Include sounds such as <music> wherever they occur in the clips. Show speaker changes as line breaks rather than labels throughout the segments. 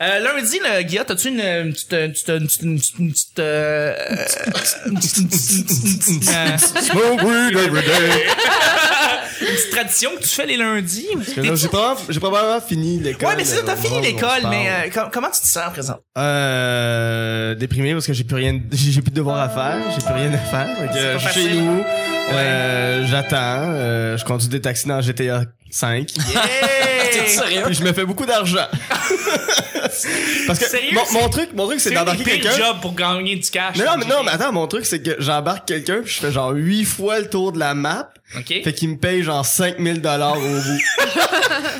Euh, lundi, là, Guilla, t'as-tu une, une petite, une petite, une petite, une petite, une petite,
<laughs>
euh, une petite, euh,
Smoke weed every day.
une petite tradition que tu fais les lundis?
Que là, J'ai pas, j'ai probablement fini l'école.
Ouais, mais c'est ça, t'as
euh,
fini
on se
l'école,
parle.
mais euh, com- comment tu te sens à
<laughs>
présent?
Euh, déprimé parce que j'ai plus rien, j'ai j'ai plus de devoirs à faire, j'ai plus rien à faire. Fait que,
Ah. C'est pas
je suis chez
facile.
nous, euh, j'attends, euh, je conduis des taxis dans GTA
<laughs>
5.
Hey!
T'es sérieux?
Puis je me fais beaucoup d'argent.
<laughs>
parce que
Sérieux,
mon-
c'est-
mon, truc, mon truc, c'est
un des
d'embarquer
pires
quelqu'un.
jobs pour gagner du cash.
Non, non, mais non, mais attends, mon truc, c'est que j'embarque quelqu'un, puis je fais genre huit fois le tour de la map,
OK.
fait qu'il me paye genre 5000 dollars
<laughs>
au bout.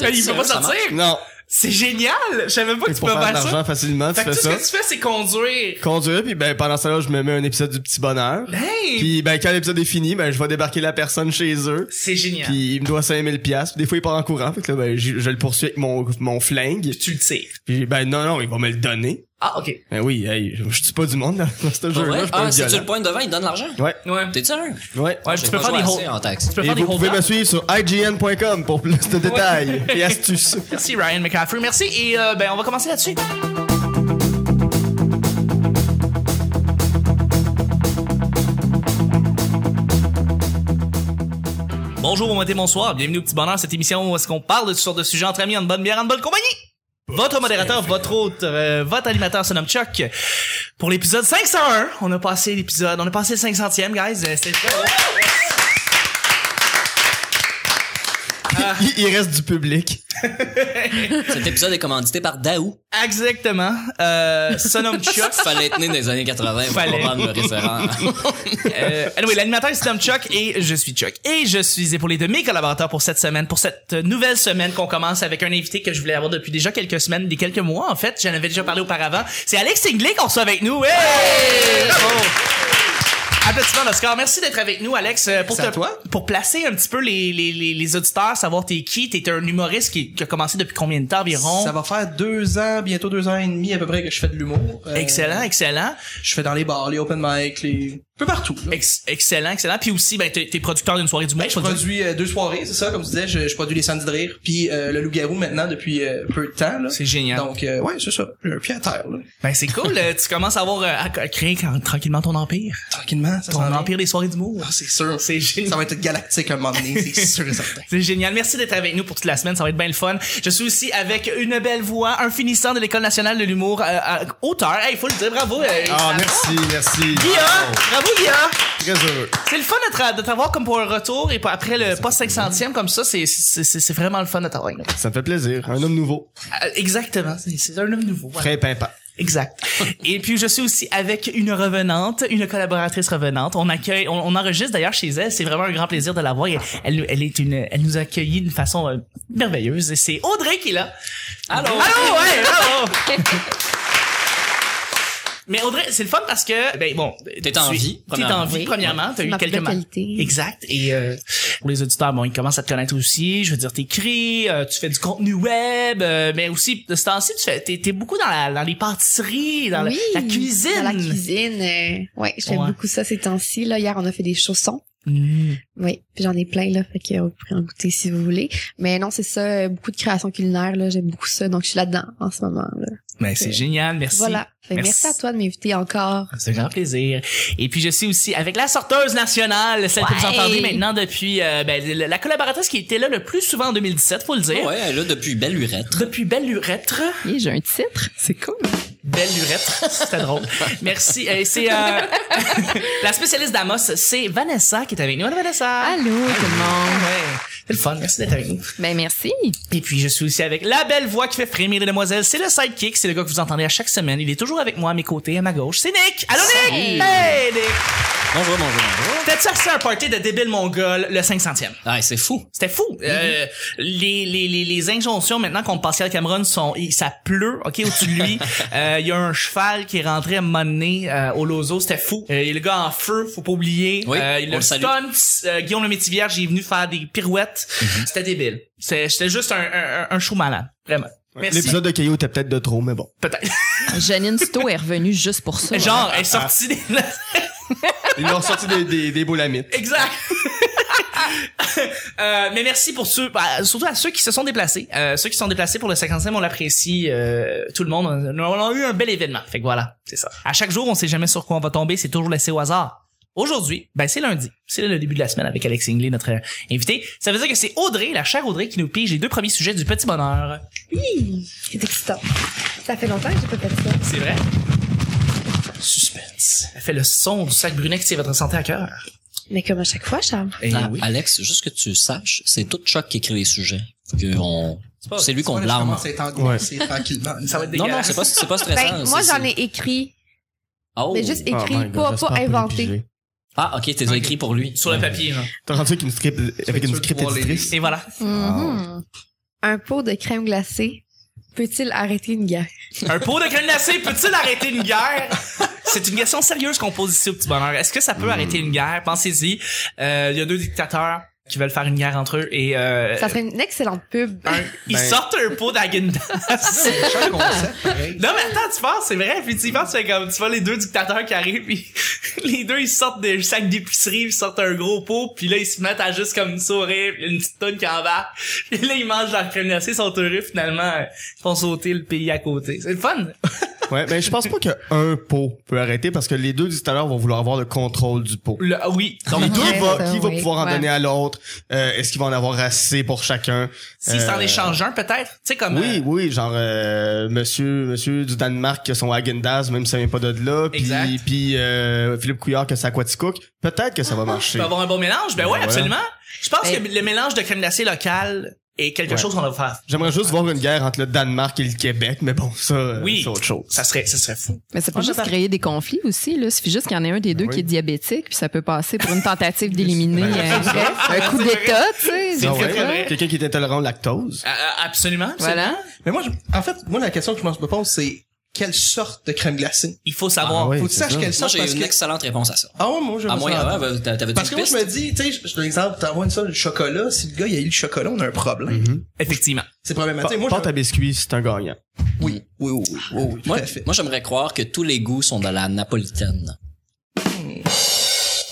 Mais Ben, il peut pas
Ça marche.
sortir.
Non,
C'est génial. Je savais pas que <laughs>
Et
tu
pour
peux
faire de
faire ça.
l'argent facilement, tu
Fait que
fais
tout ce
ça.
que tu fais, c'est conduire.
Conduire, puis ben pendant ça là, je me mets un épisode du Petit Bonheur.
Hey!
Puis ben quand l'épisode est fini, ben je vais débarquer la personne chez eux.
C'est génial.
Puis il me doit 5000 pièces. Des fois il part en courant, fait que là ben je, je le poursuis avec mon mon flingue.
Tu le tires.
Puis ben non non, il va me le donner.
Ah, OK.
Ben oui, hey, je, je tue pas du monde dans, dans ce
Ah,
jeu là,
ouais?
je suis pas
Ah,
un
si tu
violent.
le pointes devant, il te donne l'argent.
Ouais,
Ouais.
T'es sérieux?
ouais.
Ouais,
J'ai
tu peux
pas
faire
joué
des
assez
hold-
en taxe.
Tu peux
Et
faire des
vous pouvez
hold-up.
me suivre sur ign.com pour plus de
<laughs>
détails et astuces.
Merci Ryan McCaffrey, merci et euh, ben on va commencer là-dessus. Bonjour, bon matin, bonsoir, bienvenue au Petit Bonheur, cette émission où est-ce qu'on parle de toutes sortes de sujets entre amis, en bonne bière, en bonne compagnie. Votre modérateur, votre hôte, euh, votre animateur se nomme Chuck. Pour l'épisode 501, on a passé l'épisode, on a passé le 500e, guys. euh, C'est Ah.
Il, il reste du public.
Cet épisode est commandité par Daou.
exactement. Euh, se nomme Chuck.
Fallait tenir des années 80 pour
Fallait.
comprendre le référent.
Euh, anyway, l'animateur c'est Tom Chuck et je suis Chuck. Et je suis épaulé de mes collaborateurs pour cette semaine, pour cette euh, nouvelle semaine qu'on commence avec un invité que je voulais avoir depuis déjà quelques semaines, des quelques mois en fait. J'en avais déjà parlé auparavant. C'est Alex Tingley qu'on reçoit avec nous. Hey! Bravo! Applaudissements d'Oscar. Merci d'être avec nous, Alex. Euh, Pour,
Merci à toi.
pour placer un petit peu les, les, les, les auditeurs, savoir t'es qui, t'es un humoriste qui, qui a commencé depuis combien de temps environ?
Ça va faire deux ans, bientôt deux ans et demi à peu près que je fais de l'humour. Euh,
Excellent, excellent.
Je fais dans les bars, les open mic, les... peu partout. là.
Ex- excellent, excellent. Puis aussi, ben, t'es t'es producteur d'une soirée du
Je
monde.
produis euh, deux soirées, c'est ça, comme tu disais, je, je produis les Samedis de rire, puis euh, le Loup-Garou maintenant depuis euh, peu de temps. là.
C'est génial.
Donc, euh, ouais, c'est ça, j'ai un pied à terre. Là.
Ben c'est cool, euh, tu commences à avoir euh, à à créer quand- tranquillement ton empire,
Tranquillement, ça
ton
s'en
empire des soirées d'humour.
vient. C'est sûr,
C'est génial.
ça va être galactique un moment donné, c'est sûr
<laughs>
et certain.
C'est génial. Merci d'être avec nous pour toute la semaine. Ça va être bien le fun. Je suis aussi avec une belle voix, un finissant de l'École nationale de l'humour, euh, euh, auteur. Hey, faut le dire. Bravo. euh,
Ah,
bravo.
merci, merci.
Guilla. Bravo, Guilla.
Très heureux.
C'est le fun de tra- de t'avoir comme pour un retour et pas- après le post 500e comme ça. C'est, c'est, c'est c'est vraiment le fun de t'avoir. avec nous.
Ça me fait plaisir. Un homme nouveau.
Euh, Exactement. C'est, c'est un homme nouveau. voilà.
Très pimpant.
Exact. Et puis je suis aussi avec une revenante, une collaboratrice revenante. On accueille, on, on enregistre d'ailleurs chez elle. C'est vraiment un grand plaisir de la voir. Elle, elle, elle est une, elle nous a accueillis d'une façon euh, merveilleuse. Et c'est Audrey qui est là.
Allô?
Allô, <laughs> ouais, allô. Mais Audrey, c'est le fun parce que, ben bon,
T'es
tu
en
es-
vie,
T'es en
premièrement.
vie,
Oui.
premièrement. T'as eu
Ma
quelques
belle
ma-
qualité.
Exact. Et euh, pour les auditeurs, bon, ils commencent à te connaître aussi. Je veux dire, t'écris, euh, tu fais du contenu web, euh, mais aussi de ce temps-ci, tu fais, t'es, t'es beaucoup dans, la, dans les pâtisseries, dans la-
Oui,
la, cuisine.
Dans la cuisine. euh, ouais, je fais
Ouais.
beaucoup ça ces temps-ci. Là, hier, on a fait des chaussons.
Mmh.
Oui, puis j'en ai plein là, fait que vous pourrez en goûter si vous voulez. Mais non, c'est ça, euh, beaucoup de création culinaire là, j'aime beaucoup ça, donc je suis là-dedans en ce moment là.
Ben, c'est
Euh,
génial, merci.
Voilà. Fait que
Merci.
merci. à toi de m'inviter encore.
C'est un grand plaisir. Et puis je suis aussi avec la sorteuse nationale, celle que vous
Ouais.
entendez maintenant depuis euh, ben, la la collaboratrice qui était là le plus souvent en 2017, faut le dire.
Ouais, là, depuis belle lurette.
Depuis Belle Lurette.
Et j'ai un titre, c'est cool.
Belle Lurette. C'était drôle. Merci. Euh, c'est euh, <laughs> la spécialiste d'Amos, c'est Vanessa qui est avec nous. Allô, Vanessa.
Allô tout le monde.
Ouais. C'est le fun. Merci d'être avec nous.
Ben merci.
Et puis, je suis aussi avec la belle voix qui fait frémir les demoiselles. C'est le sidekick. C'est le gars que vous entendez à chaque semaine. Il est toujours avec moi, à mes côtés, à ma gauche. C'est Nick. Allô, Nick!
Salut.
Hey, Nick!
Bonjour, bonjour, bonjour.
T'as-tu assez un party de débile mongol le 500e?
Ah, c'est fou.
C'était fou. Euh, les, les, les, les injonctions maintenant contre Pascal Cameron sont, il- ça pleut, ok, au-dessus de
<laughs>
lui. Euh, Il y a un cheval qui est rentré à un moment donné euh, au Lozo, c'était fou. Euh, Il y a le gars en feu, faut pas oublier.
Oui,
Euh, il
on
a
le salue.
stunt, euh, Guillaume le Métivierge, il est venu faire des pirouettes.
Mhm.
C'était débile. C'est- C'était juste un, un, un show malade, vraiment. Merci.
L'épisode de Caillou était peut-être de trop, mais bon.
Peut-être.
Janine Sto est revenue juste pour ça.
Genre, elle est sortie des...
Ils ont sorti des, des, des boulamites.
Exact. <laughs> Euh, mais merci pour ceux, bah, surtout à ceux qui se sont déplacés. Euh, ceux qui se sont déplacés pour le 55, on l'apprécie. euh, tout le monde, on on a eu un bel événement. Fait que voilà, c'est ça. À chaque jour, on sait jamais sur quoi on va tomber. C'est toujours laissé au hasard. Aujourd'hui, ben c'est lundi. C'est le début de la semaine avec Alex Ingley, notre euh, invité. Ça veut dire que c'est Audrey, la chère Audrey, qui nous pige les deux premiers sujets du petit bonheur.
Oui, c'est excitant. Ça fait longtemps que j'ai pas fait ça.
C'est vrai? Suspense. Elle fait le son du sac brunet qui tient votre santé à cœur.
Mais comme à chaque fois, Charles.
Eh
Ah, Alex, juste que tu saches, c'est tout Chuck qui écrit les sujets. Faut que on-
pas-
C'est lui qu'on
Moi, là, je
blâme.
commence à être angoissé tranquillement.
Ça va être
Non, non,
dégueulasse.
c'est pas, c'est pas stressant.
Ben, moi,
c'est-
j'en
c'est-
ai écrit,
Oh.
mais
Ah,
juste écrit,
ben,
Oh my God,
pas,
j'espère
pas
les
inventé.
piger.
Ah, ok, t'es
Ok.
écrit pour lui.
Sur le papier, genre.
T'as rendu avec une script, avec
Tu
une
veux
script
pouvoir les-
éditrice.
Et voilà.
Mhm. Un pot de crème glacée peut-il arrêter une guerre?
Un pot de crème glacée peut-il arrêter une guerre? C'est une question sérieuse qu'on pose ici au petit bonheur. Est-ce que ça peut arrêter une guerre? Pensez-y. Euh, Il y a deux dictateurs qui veulent faire une guerre entre eux et euh,
Ça serait une excellente pub.
<laughs>
hein.
un- ils
Ben-
sortent un pot d'Agendas.
C'est un chouette concept, pareil.
Non, mais attends, tu penses, c'est vrai. Puis tu y penses, tu fais comme, tu vois les deux dictateurs qui arrivent, puis <laughs> les deux, ils sortent des sacs d'épicerie, ils sortent un gros pot, puis là, ils se mettent à juste comme sourire, puis une petite tonne qui embarque. <laughs> Puis là, ils mangent leur crème glacée, ils sont heureux, finalement, euh, ils font sauter le pays à côté. C'est le fun. <laughs>
Ouais, mais je pense pas qu'un pot peut arrêter parce que les deux dictateurs vont vouloir avoir le contrôle du pot.
Le- ah oui. Donc,
Les deux
Ouais,
va,
ça,
qui va
oui.
pouvoir en
Ouais.
donner à l'autre? Euh, est-ce qu'ils vont en avoir assez pour chacun?
s'ils s'en
Euh,
échangent un, peut-être. Tu sais, comme.
Oui, oui, genre euh, monsieur monsieur du Danemark qui a son Häagen-Dazs, même si ça vient pas de là, puis
Exact.
puis euh, Philippe Couillard qui a sa Quaticook, peut-être que ça va
Tu
marcher.
peux avoir un bon mélange. Ben
Ah, Ben
ouais,
voilà.
absolument. Je pense
Ben-
que le mélange de crème glacée locale est quelque
Ouais.
chose qu'on va faire.
J'aimerais juste voir une guerre entre le Danemark et le Québec, mais bon, ça euh,
Oui.
c'est autre chose.
Ça serait, ça serait fou.
Mais ça peut
On
juste
attend.
créer des conflits aussi. Là. Il suffit juste qu'il y en ait un des deux
Oui.
qui est diabétique, puis ça peut passer pour une
<laughs>
tentative d'éliminer
Ben,
un, un coup d'État, tu sais.
C'est
Ah
vrai,
ouais?
c'est vrai.
Quelqu'un qui est intolérant au lactose.
Ah, ah, Absolument. absolument.
Voilà.
Mais moi, je- en fait, moi, la question que je me pose, c'est quelle sorte de crème glacée?
Il faut savoir.
Ah oui,
Faut que tu
c'est
saches
ça.
quelle
Moi,
sorte
j'ai
parce
une
que...
excellente réponse à ça.
Ah ouais, moi, je
À
veux
moi,
ça.
avant, t'avais- t'avais
Parce que
une
moi, je
piste?
me dis, tu sais, je je donne l'exemple, t'envoies une sorte de chocolat, si le gars, il a eu le chocolat, on a un problème.
Mm-hmm.
Effectivement.
C'est problématique.
Pa-
ben, Moi,
Pâte
je...
à biscuits, c'est un gagnant.
Oui, oui, oui, oui, Oh oui, oui, tout
Moi,
à fait.
moi, j'aimerais croire que tous les goûts sont dans la napolitaine.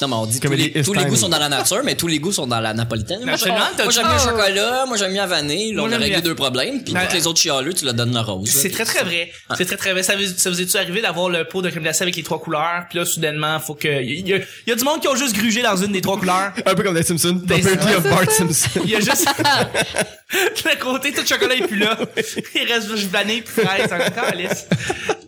Non, mais on dit
Comme
tous les,
les
tous les
Espagnes.
goûts sont dans la nature, mais tous les goûts sont dans la napolitaine. Moi, j'aime
Absolument, t'as-
moi, j'aime mieux le chocolat, moi, j'aime mieux la vanille. Là,
Moi,
on a
j'aime
réglé
bien.
deux problèmes, puis
Ben,
toutes les autres chialeux, tu leur donnes le rose.
C'est très très vrai.
Ah.
C'est très très vrai. Ça vous, ça vous est-tu arrivé d'avoir le pot de crème glacée avec les trois couleurs, puis là soudainement faut que il y, a- il y a du monde qui ont juste grugé dans une des trois couleurs.
Un peu comme les Simpsons, The Beauty of Bart Simpson.
Il y a
<laughs>
juste le côté tout le chocolat est plus là. Il reste juste vanille puis fraise encore Alice.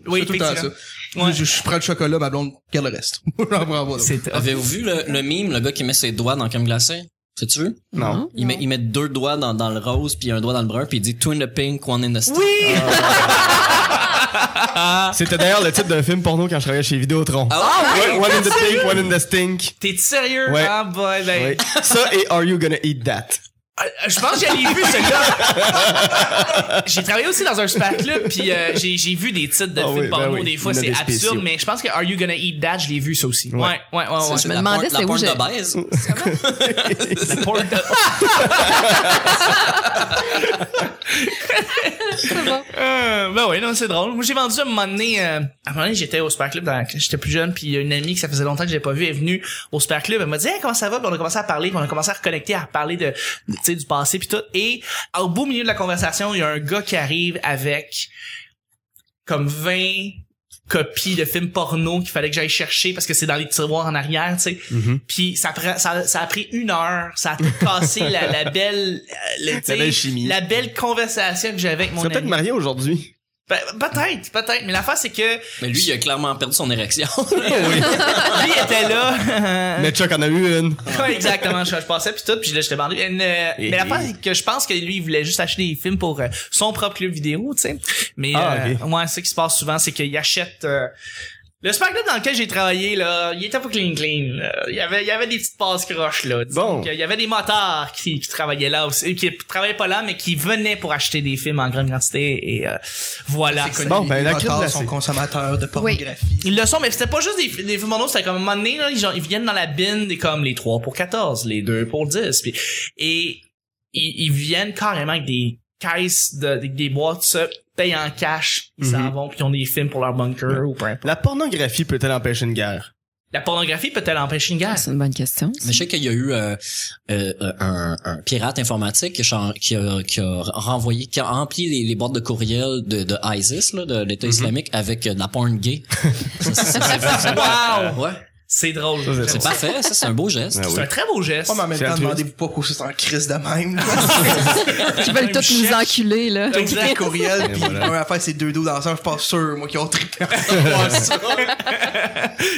Oui,
C'est tout le temps
effectivement.
ça.
Ouais.
Je, je prends le chocolat, ma blonde, garde le reste. <laughs> J'en prends pas. là.
C'est
Avez-vous vu le, le mime, le gars qui met ses doigts dans le crème glacée? Sais-tu? vu?
Non.
Il met, il met deux doigts dans, dans le rose, puis un doigt dans le brun, puis il dit two in the pink, one in the sky.
Oui,
C'était d'ailleurs le titre d'un film porno quand je travaillais chez Vidéotron.
Ah ouais?
One in the pink, one in the stink.
t'es sérieux
Ouais.
Ah boy, ben,
Oui. Ça et Are You Gonna Eat That?
Euh, Je pense que j'avais vu celui-là.
<laughs>
j'ai travaillé aussi dans un spa club, puis euh, j'ai, j'ai vu des titres de
Ah
films
oui, ben
porno.
oui,
Des fois,
il y en a
c'est
des
absurde,
spéciaux.
mais je pense que Are You Gonna Eat That, je l'ai vu ça aussi. Ouais,
Ouais.
ouais, ouais. ouais,
C'est
me
la
demandais
porn- la
c'est où
porn
j'ai-
de baise.
La porte de- Euh, ben oui, non, c'est drôle. Moi, j'ai vendu à un moment donné, euh, à un moment donné, j'étais au Super Club dans- quand j'étais plus jeune, puis il y a une amie que ça faisait longtemps que j'ai pas vue, elle est venue au Super Club, elle m'a dit, hey, comment ça va? Puis on a commencé à parler, puis on a commencé à reconnecter, à parler de, tu sais, du passé puis tout. Et au beau milieu de la conversation, il y a un gars qui arrive avec comme 20 copies de films porno qu'il fallait que j'aille chercher parce que c'est dans les tiroirs en arrière, tu sais.
Mm-hmm.
Puis ça, prend- ça, ça a pris une heure, ça a tout cassé la, la belle, euh, le- tu sais,
belle chimie.
la belle conversation que j'avais avec
Tu
mon
serais peut-être
ami.
marié aujourd'hui.
Ben, peut-être, peut-être. Mais l'affaire, c'est que
Mais lui, il a clairement perdu
<laughs>
son érection.
lui était là.
Mais Chuck en a eu une.
<laughs> Ouais, exactement. Je, je passais puis tout, puis là, j'étais vendu. Une, euh, mais l'affaire, c'est que je pense que lui, il voulait juste acheter des films pour euh, son propre club vidéo, tu sais. Mais
Ah,
euh, ouais, ce qui se passe souvent, c'est qu'il achète. euh, le super club dans lequel j'ai travaillé, là, il était pas clean clean. là. Il y avait, il y avait des petites passes croches, là. Disons
Bon.
que Il y avait des motards qui, qui travaillaient là aussi, qui travaillaient pas là, mais qui venaient pour acheter des films en grande quantité et euh, voilà.
C'est connu,
Bon, ben,
les
la crème
motards
glacée.
sont consommateurs de pornographie.
Ils le sont, mais c'était pas juste des, des films porno, c'était comme à un moment donné, là, ils, genre, ils viennent dans la bin, des comme les 3 pour 14, les 2 pour 10, puis, et ils, ils viennent carrément avec des caisses, de, des, des boîtes, ça, payent en cash, ils s'en
Mhm.
vont, puis ils ont des films pour leur bunker ou peu importe.
La pornographie peut-elle empêcher une guerre?
La pornographie peut-elle empêcher une guerre?
Ah, C'est une bonne question.
Mais je sais qu'il y a eu euh, euh, euh, un, un pirate informatique qui a, qui a- qui a renvoyé, qui a rempli les, les boîtes de courriel de, de ISIS, là, de l'État islamique, avec euh, de la porn gay. Ça, ça, ça,
<laughs>
ça, ça, ça,
Wow!
ouais,
C'est drôle.
Ça, c'est
C'est
c'est parfait, ça, c'est un beau geste.
Ah oui.
un très beau geste.
Pas mais en même
C'est
temps,
altruiste.
demandez-vous pas qu'on soit en crise de
<laughs>
même. là.
Ils veulent tous nous enculer, là.
Donc, le courriel,
Et
puis
voilà.
un à faire ses deux dos dans un, je pense sûr, moi, qui ont trippé.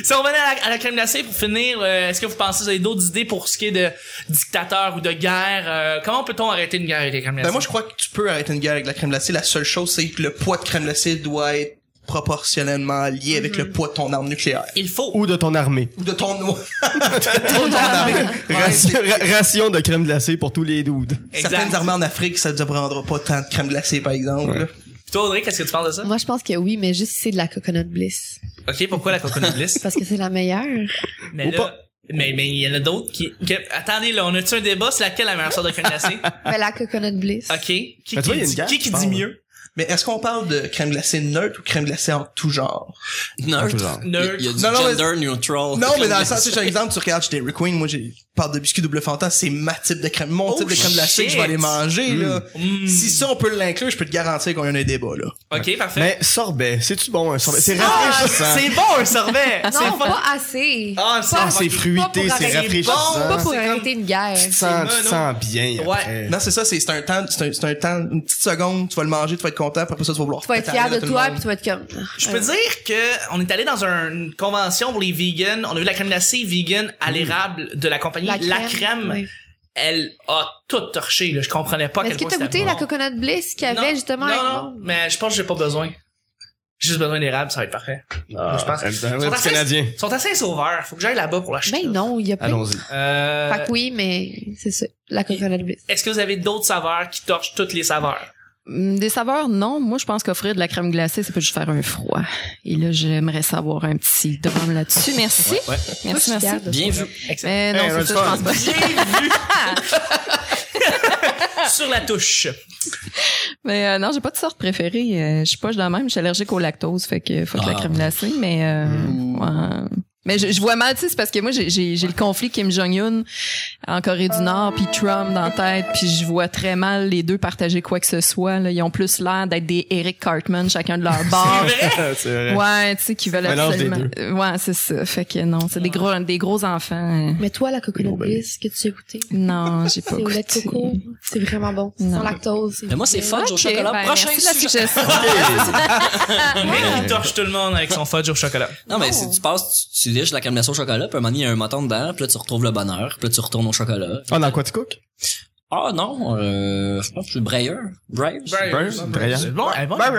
Si on revenait à la, à la crème glacée pour finir, euh, est-ce que vous pensez que vous avez d'autres idées pour ce qui est de dictateur ou de guerre? Euh, comment peut-on arrêter une guerre avec les crèmes glacées?
Ben, moi, je crois que tu peux arrêter une guerre avec la crème glacée. La seule chose, c'est que le poids de crème glacée doit être proportionnellement lié avec le poids de ton arme nucléaire.
Il faut.
Ou de ton armée.
Ou de ton... <laughs> de ton arme. Ouais,
Ration,
c'est-
ra- ration de crème glacée pour tous les dudes.
Exact.
Certaines armées en Afrique, ça ne prendra pas tant de crème glacée, par exemple. là.
Puis Toi, Audrey, qu'est-ce que tu penses de ça?
Moi, je pense que oui, mais juste si c'est de la coconut bliss.
OK, pourquoi la
<laughs>
coconut bliss?
Parce que c'est la meilleure.
mais
Ou
là,
pas.
mais mais il y en a d'autres qui, que- attendez, là, on a-tu un débat? C'est laquelle la meilleure sorte de crème glacée?
<laughs>
Mais la coconut bliss.
OK. Qui, qui,
Ben, tu vois, il y a une
dit,
guerre
qui,
qui
qui dit
parle.
mieux?
Mais est-ce qu'on parle de crème glacée neutre ou crème glacée en tout genre?
Neutre.
genre.
Il y a-
Nerd.
il y a du
Non, non, mais-
gender neutral.
Non, mais dans le sens, c'est un exemple, tu regardes chez Dairy Queen, moi, j'ai parle de biscuits double fanta, c'est ma type de crème, mon
Oh,
type de crème glacée que je vais
shit.
aller manger, là.
Mm.
Si ça, on peut l'inclure, je peux te garantir qu'on y en a un débat, là.
OK, parfait.
Mais sorbet, c'est-tu bon un sorbet? C'est
Ah,
rafraîchissant.
c'est bon, un
<laughs>
sorbet!
Ah,
C'est
Non,
fun.
pas assez.
Ah,
Pas-
Ah, c'est
pas
fruité,
pour
c'est
arrêter.
Bon,
Pas
rafraîchissant.
pour
c'est comme-
arrêter une guerre.
Tu te sens, tu te sens bien
Ouais.
après.
Non, c'est ça, c'est c'est un temps, c'est un, c'est un temps, une petite seconde, tu vas le manger, tu vas être content, puis après ça, tu vas vouloir
Tu vas être
péter la
fier
gueule à
de
tout le
toi,
monde.
puis tu vas être comme... euh,
Je peux dire que on est allé dans un- une convention pour les vegans. On a vu la crème glacée vegan à
Hmm.
l'érable de la compagnie La Crème.
oui.
Elle a tout torché. Là. Je comprenais pas à
Est-ce
quel
que
point
t'as goûté
c'était
la
bon.
coconut bliss qu'il y
Non,
avait justement?
Non,
avec-
non, mais je pense que j'ai pas besoin. J'ai juste besoin d'érable, ça va être parfait.
Ah,
je pense.
un- un
Ils sont
petit
assez-
Canadien.
Ils sont assez sauveurs. Faut que j'aille là-bas pour l'acheter.
Ben non, il y a plein.
Allons-y.
Euh,
Fait que oui, mais c'est ça, la coconut bliss.
Est-ce que vous avez d'autres saveurs qui torchent toutes les saveurs?
Hum, Des saveurs, non. Moi, je pense qu'offrir de la crème glacée, ça peut juste faire un froid. Et là, j'aimerais savoir un petit dôme là-dessus. Merci. Merci,
Moi, je suis
merci.
fière
<laughs>
de
Bien
ça.
vu.
Mais non,
Hey,
c'est ça, je pense pas.
<laughs>
<laughs> Sur la touche.
Mais euh, non, j'ai pas de sorte préférée. Euh, je suis pas dans la même. Je suis allergique au lactose, fait que faut que la
Ah.
crème glacée. Mais euh,
Mmh.
ouais. mais je, je vois mal, tu sais, c'est parce que moi j'ai, j'ai, j'ai le conflit Kim Jong Un en Corée du Nord, puis Trump dans la tête, puis je vois très mal les deux partager quoi que ce soit. Là. Ils ont plus l'air d'être des Eric Cartman,
<laughs>
chacun de leur
Ah.
bord.
c'est vrai.
Ouais, tu sais, qui veulent
Mélange des
absolument. Ouais, c'est ça. Fait que non, c'est des gros, des gros enfants. hein.
Mais toi, la coconut
Gros bébé.
bliss que tu as goûté,
Non, j'ai pas
c'est au lait de
goûté.
coco, c'est vraiment bon.
Non.
Sans lactose. Euh,
Mais moi, c'est
fort.
fudge au
Ok,
chocolat.
ben,
Prochain
merci de la
sujet.
suggestion.
Ah.
Mais qui torche tout le monde avec son fudge au chocolat.
Non, mais si tu passes, tu, tu liges la crème glacée au chocolat, puis un moment donné, il y a un mouton dedans, puis là, tu retrouves le bonheur, puis là, tu retournes au chocolat.
Ah, dans quoi tu cook?
Ah non, euh, je pense que c'est Breyer. Breyer?
C'est bon, elle est bonne. La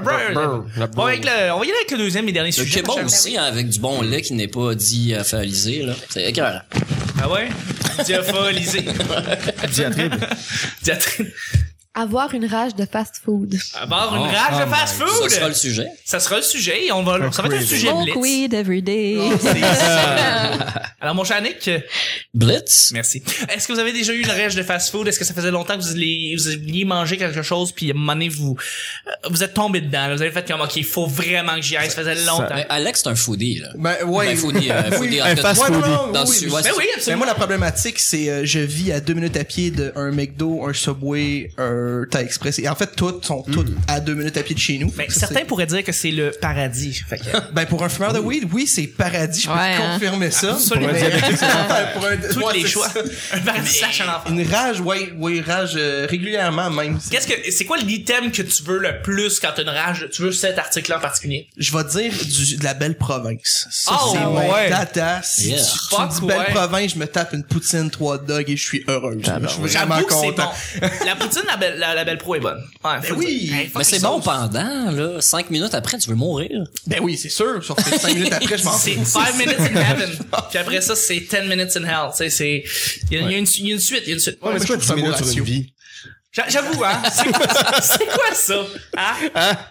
Breyers, elle est bonne. Bon, avec le- on va y aller avec le deuxième et dernier
Le
sujet.
qui est bon
Chacun.
aussi, hein, avec du bon lait qui n'est pas dit à faliser, là. C'est écœurant.
Ah ouais? Diapholisé.
<laughs> Diatribe.
Diatri-
Avoir une rage de fast food.
À bord, une
Oh,
rage
oh
de fast
my
food!
Ça sera le sujet.
Ça sera le sujet et on va, ça va être un
craving.
sujet
Smoke
blitz.
weed every day.
Oh.
Alors, mon cher Nick,
Blitz?
merci. Est-ce que vous avez déjà eu une rage de fast food? Est-ce que ça faisait longtemps que vous alliez, vous alliez manger quelque chose puis à un moment donné, vous, euh, vous êtes tombé dedans, là. Vous avez fait comme, OK, il faut vraiment que j'y aille. Ça faisait longtemps.
Ben, Alex, c'est un foodie, là.
Ben, ouais.
Ben, foodie, euh, foodie,
Oui.
en fait,
fast
Ouais, non,
foodie.
non,
Dans le
oui, oui.
sud-ouest.
Ben oui,
Mais
absolument.
moi, la problématique, c'est euh, je vis à deux minutes à pied d'un McDo, un Subway, un Thai Express. Et en fait, toutes sont toutes à deux minutes à pied de chez nous.
Hmm. Ben,
Ça,
certains
c'est-
pourraient dire que c'est le paradis. Fait
<laughs>
que,
Ben, pour un fumeur de weed, oui, c'est paradis. Je peux
Ouais,
te
hein.
confirmer ça.
Absolument.
Mais-
Pour un
<laughs> Pour un-
tous
ouais,
les
c'est
choix.
ça.
Un paradis slash un enfant.
Une rage, oui, oui, rage euh, régulièrement même.
Qu'est-ce que, c'est quoi l'item que tu veux le plus quand t'as une rage? Tu veux cet article-là en particulier?
Je vais te dire du, de la belle province. Ça,
Oh,
c'est mon
ouais.
tata. Si
Yeah.
tu, tu
Fuck,
dis belle
ouais.
province, je me tape une poutine, trois dogs et je suis heureuse.
Ah,
Je
ben
suis vraiment
J'avoue que c'est
content.
bon. La poutine, la belle, la, la belle pro est bonne. Ouais, faut
Ben oui.
dire. Hey, fuck
Mais c'est
les
bon
autres.
pendant, là. Cinq minutes après, tu veux mourir.
Ben oui, c'est sûr. Sauf que cinq minutes après,
<laughs>
je m'en
C'est
fous.
5 minutes
<laughs>
in heaven. Puis après ça, c'est 10 minutes in hell. Tu sais, c'est, il y, a- il y a une su- il y a une suite, il y a une suite.
Ouais, Ah, mais
je
c'est quoi
trouve ça
10 minutes
beau
sur une
ratio.
vie?
J'a- J'avoue, hein. C'est quoi, c'est quoi ça? Hein?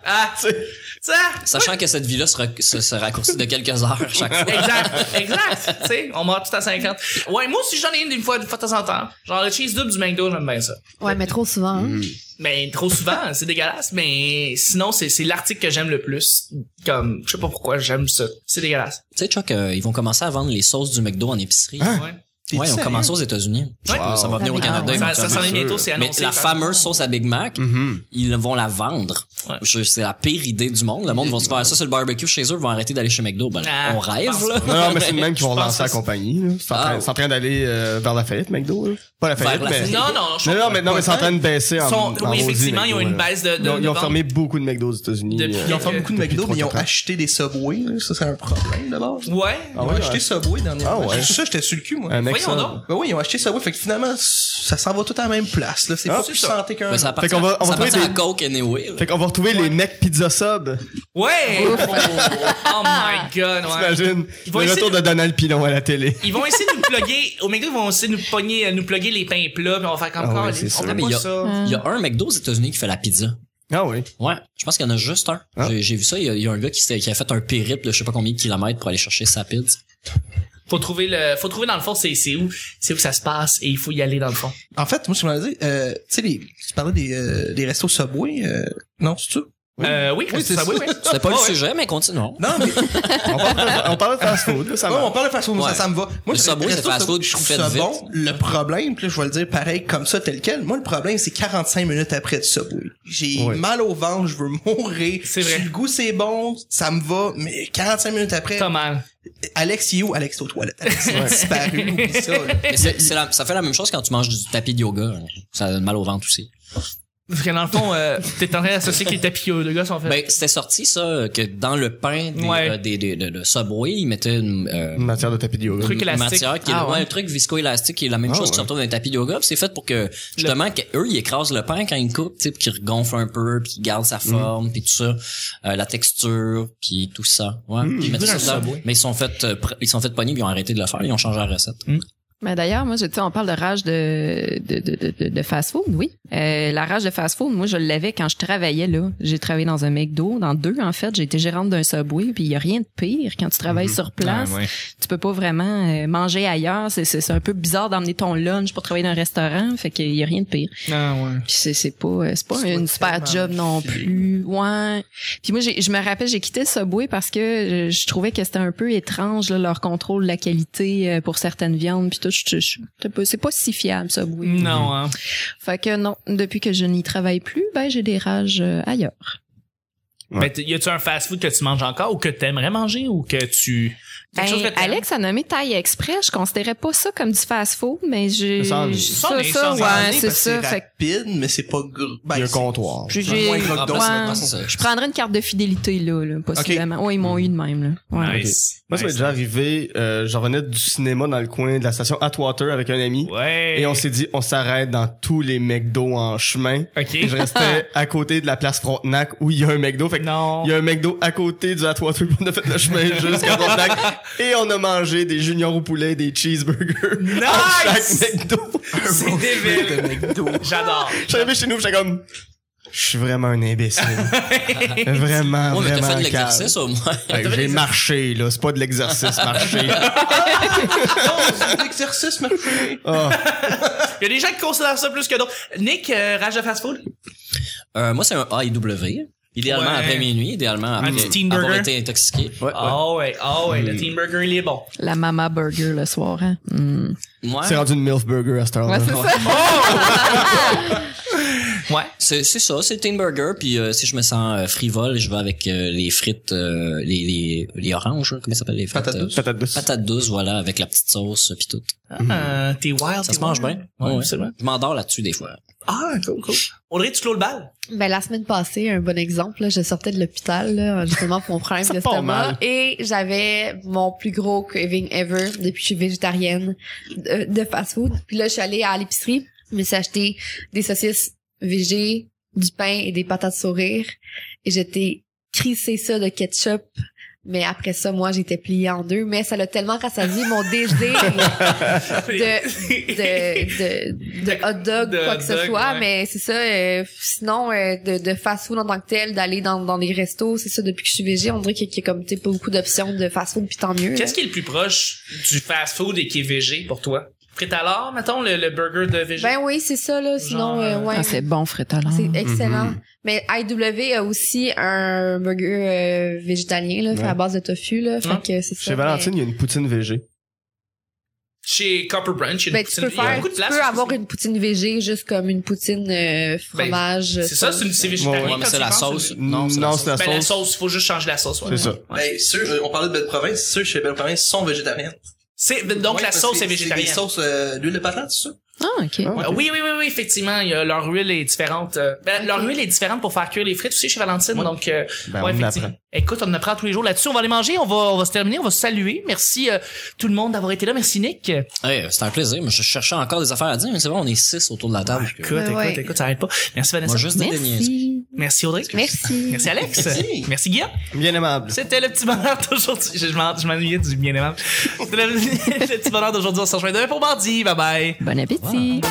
Hein?
C'est-
Tu Ça,
Sachant que cette vie-là se, rac- se- se raccourcit de quelques heures
<laughs>
chaque fois.
Exact, exact. tu sais, on meurt tout à 50. Ouais, moi aussi, j'en ai une une fois, une fois de temps en temps. Genre, le cheese double du McDo, j'aime bien ça.
Ouais, mais trop souvent. hein.
Mais trop souvent, c'est dégueulasse. Mais sinon, c'est, c'est l'article que j'aime le plus. Comme, je sais pas pourquoi j'aime ça. C'est dégueulasse.
Tu sais, Chuck, euh, ils vont commencer à vendre les sauces du McDo en épicerie.
Ouais.
T'es-tu
Ouais, on
sérieux?
commence aux États-Unis.
Ouais.
Euh, Ça va venir au
Ah,
Canada.
ouais.
ils vont
Ça,
faire
ça s'en
des
vient bientôt, c'est
Mais
annoncé.
la
Fait-
fameuse sauce à Big Mac,
Mhm.
ils vont la vendre.
Ouais.
Je- C'est la pire idée du monde. Le monde va se faire ça sur le barbecue chez eux, vont arrêter d'aller chez McDo. Ben,
Ah,
on
je
rêve,
pense
là.
Non, non, mais
<laughs>
c'est le même qui
Je
vont
pense
relancer la
que c'est-
compagnie. là. C'est en train-
Ah.
c'est en train d'aller euh, vers la faillite, McDo. là. Pas la
Vers
faillite,
la
mais...
faillite.
Non, non, je
Non, non, mais, non, mais c'est en train de baisser en,
Sont-
en
oui,
Rosie,
effectivement, ils ont
McDo,
une
là.
baisse de, de-
Ils ont, ils ont
de
fermé beaucoup de McDo aux États-Unis.
Depuis-
Ils
euh,
ont fait beaucoup de
Depuis
McDo, mais ils ont
trois, quatre ans.
acheté des Subway. là. Ça, c'est un problème, d'abord.
vente. Ouais.
Ah
Ils ont
ouais,
acheté
ouais.
Subway dernièrement.
Ah ouais.
Ça, j'étais sur le cul, moi.
Un
Voyons
excellent.
donc.
Ben oui, ils ont acheté Subway. Fait que finalement, ça s'en va tout à la même place. là. C'est
Ah,
pas plus
c'est ça.
santé qu'un.
Ben, ça appartient,
qu'on va- on
ça
va
appartient
trouver
à
des-
Coke anyway. là.
Fait qu'on va retrouver les Mac Pizza Sub.
Ouais! oh my god, ouais.
T'imagines?
Ils vont
Le
essayer
retour de Donald Pilon à la télé.
Ils vont essayer de nous plugger, au McDo, ils vont essayer de nous pogner, euh, nous plugger les pains plats, puis on va faire comme
Ah
quoi,
ouais,
on-
c'est sûr.
on
Ah,
fait
mais
pas
il y a-
ça.
Il y a un McDo aux États-Unis qui fait la pizza.
Ah oui.
Ouais, je pense qu'il y en a juste un.
Ah.
J'ai, j'ai vu ça, il y, a, il y a un gars qui, s'est- qui a fait un périple de je sais pas combien de kilomètres pour aller chercher sa pizza.
Faut trouver le, faut trouver dans le fond, c'est, c'est où, c'est où ça se passe, et il faut y aller dans le fond.
En fait, moi, je me disais, euh, tu sais, les- tu parlais des, euh, des restos Subway. euh, non, c'est ça?
Euh, oui,
Oui,
c'est
c'est
ça, oui,
ça.
oui.
C'était pas
Ouais,
le
ouais.
sujet,
<laughs>
mais continuons.
Non, mais
On parle de, on parle de fast food,
Oh,
là, ça
Ouais,
va.
on parle de fast food,
Ouais.
ça, ça me va. Moi,
Le Subway,
resto
c'est fast food,
je trouve
fait
ça
vite.
bon. Le problème, puis là, je vais le dire pareil, comme ça, tel quel. Moi, le problème, c'est 45 minutes après du Subway. J'ai
Ouais.
mal au ventre, je veux mourir.
C'est vrai.
Sur Le goût, c'est bon, ça me va, mais 45 minutes après,
Pas mal.
Alex, il est où? Alex, est aux toilettes. Alex, il a disparu, oublie ça. là.
Mais c'est, c'est la- ça fait la même chose quand tu manges du tapis de yoga. hein. Ça donne mal au ventre aussi.
Parce que dans le fond, euh, t'es en train d'associer que les tapis de gars sont faits.
Ben, c'était sorti ça, que dans le pain des,
Ouais.
euh, des, des- de, de Subway, ils mettaient une, euh,
En matière de tapis de yoga.
Truc
une
élastique.
matière qui est
Ah
ouais,
ouais.
un truc viscoélastique qui est la même
Ah
chose qui
ouais.
se retrouve dans un tapis de yoga. Puis C'est fait pour que justement que eux ils écrasent le pain quand ils coupent, tu sais, puis qu'ils regonflent un peu, puis qu'ils gardent
Mm.
sa forme, puis tout ça, Euh, la texture, puis tout ça. Ouais.
Mm.
Ils mettent
goût
ça
d'un
dedans.
Subway.
mais ils sont fait euh, pr- ils sont fait pogner, puis ils ont arrêté de le faire, ils ont changé la recette.
Mais Ben, d'ailleurs, moi, je, tu sais, on parle de rage de, de, de, de- de, de fast-food, oui. Euh, la rage de fast-food, moi, je l'avais quand je travaillais là. J'ai travaillé dans un McDo, dans deux, en fait. J'ai été gérante d'un Subway, puis il y a rien de pire quand tu travailles sur place. Tu peux pas vraiment euh, manger ailleurs. C'est, c'est, c'est un peu bizarre d'emmener ton lunch pour travailler dans un restaurant, fait qu'il y a rien de pire.
Ah, ouais.
Puis c'est, c'est pas, euh, c'est pas
C'est
une
pas
super
tellement
job non
filé.
plus. Ouais. Puis moi, j'ai- je me rappelle, j'ai quitté Subway parce que euh, je, trouvais que c'était un peu étrange, là, leur contrôle de la qualité euh, pour certaines viandes. Puis tout, je- je- je- c'est pas- c'est pas si fiable, Subway.
Non, hein.
Fait que non, depuis que je n'y travaille plus, ben j'ai des rages euh, ailleurs.
Ouais.
Mais t- Ben, y a-tu un fast-food que tu manges encore ou que t'aimerais manger ou que tu. quelque
Ben,
chose que t'aimes?
Alex a nommé Taille Express. Je considérais pas ça comme du fast-food, mais j'ai...
Ça en est.
Ça en
Ça,
est, ça
ça,
en est,
ouais,
Parce
c'est
que
ça. Fait que
rapide, mais c'est pas gros. Ben,
Il y a un
c'est-
comptoir.
puis
C'est
j'ai...
moins gros que d'autres.
ouais.
Ah, c'est ça.
Je prendrais une carte de fidélité, là, là possiblement. Ouais, ils m'ont eu de même, là. Ouais.
Nice.
Moi, ça m'est
Nice.
déjà arrivé, euh, je revenais du cinéma dans le coin de la station Atwater avec un ami.
Ouais.
Et on s'est dit, on s'arrête dans tous les McDo en chemin. Et je
Ok. <laughs>
restais à côté de la place Frontenac où il y a un McDo. Fait que
Non.
il y a un McDo à côté du Atwater. On a fait le chemin jusqu'à Frontenac.
<laughs>
Et on a mangé des juniors au poulet, des cheeseburgers. à
Nice!
Chaque McDo.
C'est débile.
de McDo.
J'adore.
J'arrivais chez nous, j'étais comme, je suis vraiment un imbécile. vraiment, vraiment.
Ouais, mais t'as fait de
calme.
l'exercice au moins.
Fait que J'ai marché, là. C'est pas de l'exercice, marcher.
Oh, c'est un exercice, ma chérie.
Ah.
Il y a des gens qui considèrent ça plus que d'autres. Nick, euh, rage de fast-food?
Euh, moi c'est un AIW. Idéalement
Ouais.
après minuit, idéalement après
petit team
avoir
burger.
été intoxiqué.
Ouais, ouais.
Ah ouais, ah ouais, le Team Burger, il est bon.
La Mama Burger le soir, hein? Hmm.
Moi,
C'est rendu une MILF Burger à cette heure-là.
Ouais, c'est ça.
Ouais.
C'est, c'est ça, c'est le Teen Burger. Puis euh, si je me sens euh, frivole, je vais avec euh, les frites, euh, les, les, les oranges, hein, comment ça s'appelle les frites?
Patates
euh,
douces.
Patate douce.
patates douces, voilà, avec la petite sauce euh, puis tout.
Ah, t'es wild.
Ça
t'es
se mange
wild.
bien. Ouais, ouais.
absolument.
Je m'endors là-dessus des fois.
Ah, cool, cool. Audrey, tu clôt le bal?
Ben, la semaine passée, un bon exemple, là, je sortais de l'hôpital, là, justement, pour mon problème
Ça part mal.
d'estomac. Et j'avais mon plus gros craving ever depuis que je suis végétarienne de, de fast-food. Puis là, je suis allée à l'épicerie, je me suis acheté des saucisses végé, du pain et des patates sourires. Et j'étais crissé ça de ketchup, Mais après ça, moi, j'étais pliée en deux. Mais ça l'a tellement rassasié mon désir
<laughs>
de, de, de, de hot dog,
De
quoi
hot
que
dog,
ce soit.
ouais.
Mais c'est ça. euh, sinon, euh, de, de fast-food en tant que tel, d'aller dans, dans des restos, c'est ça. Depuis que je suis végé, on dirait qu'il y a- qu'il y a comme tu sais, pas beaucoup d'options de fast-food, puis tant mieux.
Qu'est-ce qui est le plus proche du fast-food et qui est végé pour toi? Prêt à l'art, mettons, le, le burger de végé?
Ben oui, c'est ça, là. Sinon,
Genre, Mhm.
euh, ouais.
Ah, c'est bon, fritalard.
C'est excellent. Mais IW a aussi un burger euh, végétalien là, fait
Ouais.
à base de tofu là, fait
Ouais.
que c'est ça.
Chez Valentine, il y a une poutine VG.
Chez Copper Brunch, il y a
Mais, ben,
une
tu
poutine-
peux
il y a
faire,
beaucoup de
tu
place
peux
aussi.
avoir une poutine végé juste comme une poutine euh, fromage.
C'est ça, c'est une c'est végétarien.
Ouais,
Ouais, mais
quand
c'est
tu
la
y penses,
sauce.
c'est-
Non, c'est la
Non,
sauce.
c'est la
Ben, la
sauce.
sauce, il faut juste changer la sauce. ouais.
C'est ça.
Ben, ceux, euh, on parlait de belle province, ceux chez Belle Province sont végétariennes.
C'est- donc,
Ouais,
la
parce
sauce
que
est
c'est-
végétarienne.
C'est des sauces euh, d'huile de patate, c'est ça?
Ah, OK.
Ah,
Euh, Oui, oui, oui, oui, effectivement, il y a- leur huile est différente. euh, ben, leur huile est différente pour faire cuire les frites aussi chez Valentine, donc euh,
Ben,
ouais,
on
effectivement.
apprend.
Écoute, on apprend tous les jours là-dessus. On va aller manger, on va, on va se terminer, on va se saluer. Merci euh, tout le monde d'avoir été là. Merci Nick.
Hey, c'est un plaisir. mais Je cherchais encore des affaires à dire, mais c'est vrai, on est six autour de la table.
Écoute,
Ouais,
écoute,
ouais.
écoute, ça arrête pas. Merci Vanessa.
Moi, juste des niaiseries.
Merci.
Merci Audrey.
Merci.
Merci Alex. Merci, Guillaume.
Bien aimable.
C'était le petit bonheur d'aujourd'hui. Je, je m'en- je m'ennuyais du bien aimable. C'était le, <laughs> le petit bonheur d'aujourd'hui. On se rejoint demain pour mardi. Bye bye.
Bon appétit.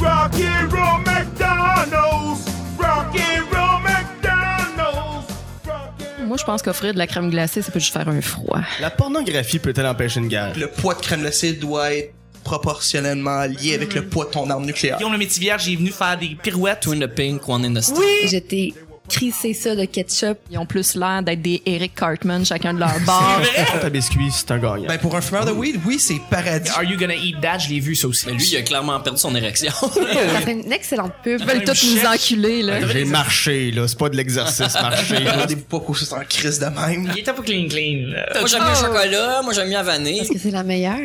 Rocky Roll McDonald's. Rocky Roll McDonald's. Rocky
Moi, je pense qu'offrir de la crème glacée, ça peut juste faire un froid.
La pornographie peut-elle empêcher une guerre?
Le poids de crème glacée doit être proportionnellement lié avec le poids de ton arme nucléaire.
Guillaume le métier vierge est venu faire des pirouettes.
Twin the pink, one in the star.
J'étais crissé ça de ketchup.
Ils ont plus l'air d'être des Eric Cartman, chacun de leur bord.
Tarte à biscuits, c'est un gagnant.
Ben pour un fumeur de weed, oui, c'est paradis.
Are you gonna eat that? Je l'ai vu ça aussi.
Mais lui, il a clairement perdu
<laughs>
son érection.
Ça fait une excellente pub.
Ils veulent tous nous
cherche.
enculer,
<laughs>
là.
J'ai marché, là. C'est pas de l'exercice, marcher. là.
Regardez-vous pas coucher sur un crise de même.
Il était pas clean clean. là.
moi, j'aime mieux le chocolat, moi, j'aime mieux la vanille.
Est-ce que c'est la meilleure?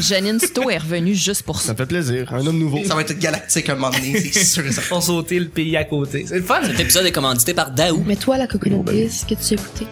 Janine Sto est revenue juste pour
Ça
ça.
me fait plaisir. Un homme nouveau.
Ça va être galactique un moment donné, c'est sûr et certain.
Ils ont sauté le pays à côté. C'est le fun.
Cet épisode est commandité par Daou.
Mais toi, la coconotis, que tu as écouté?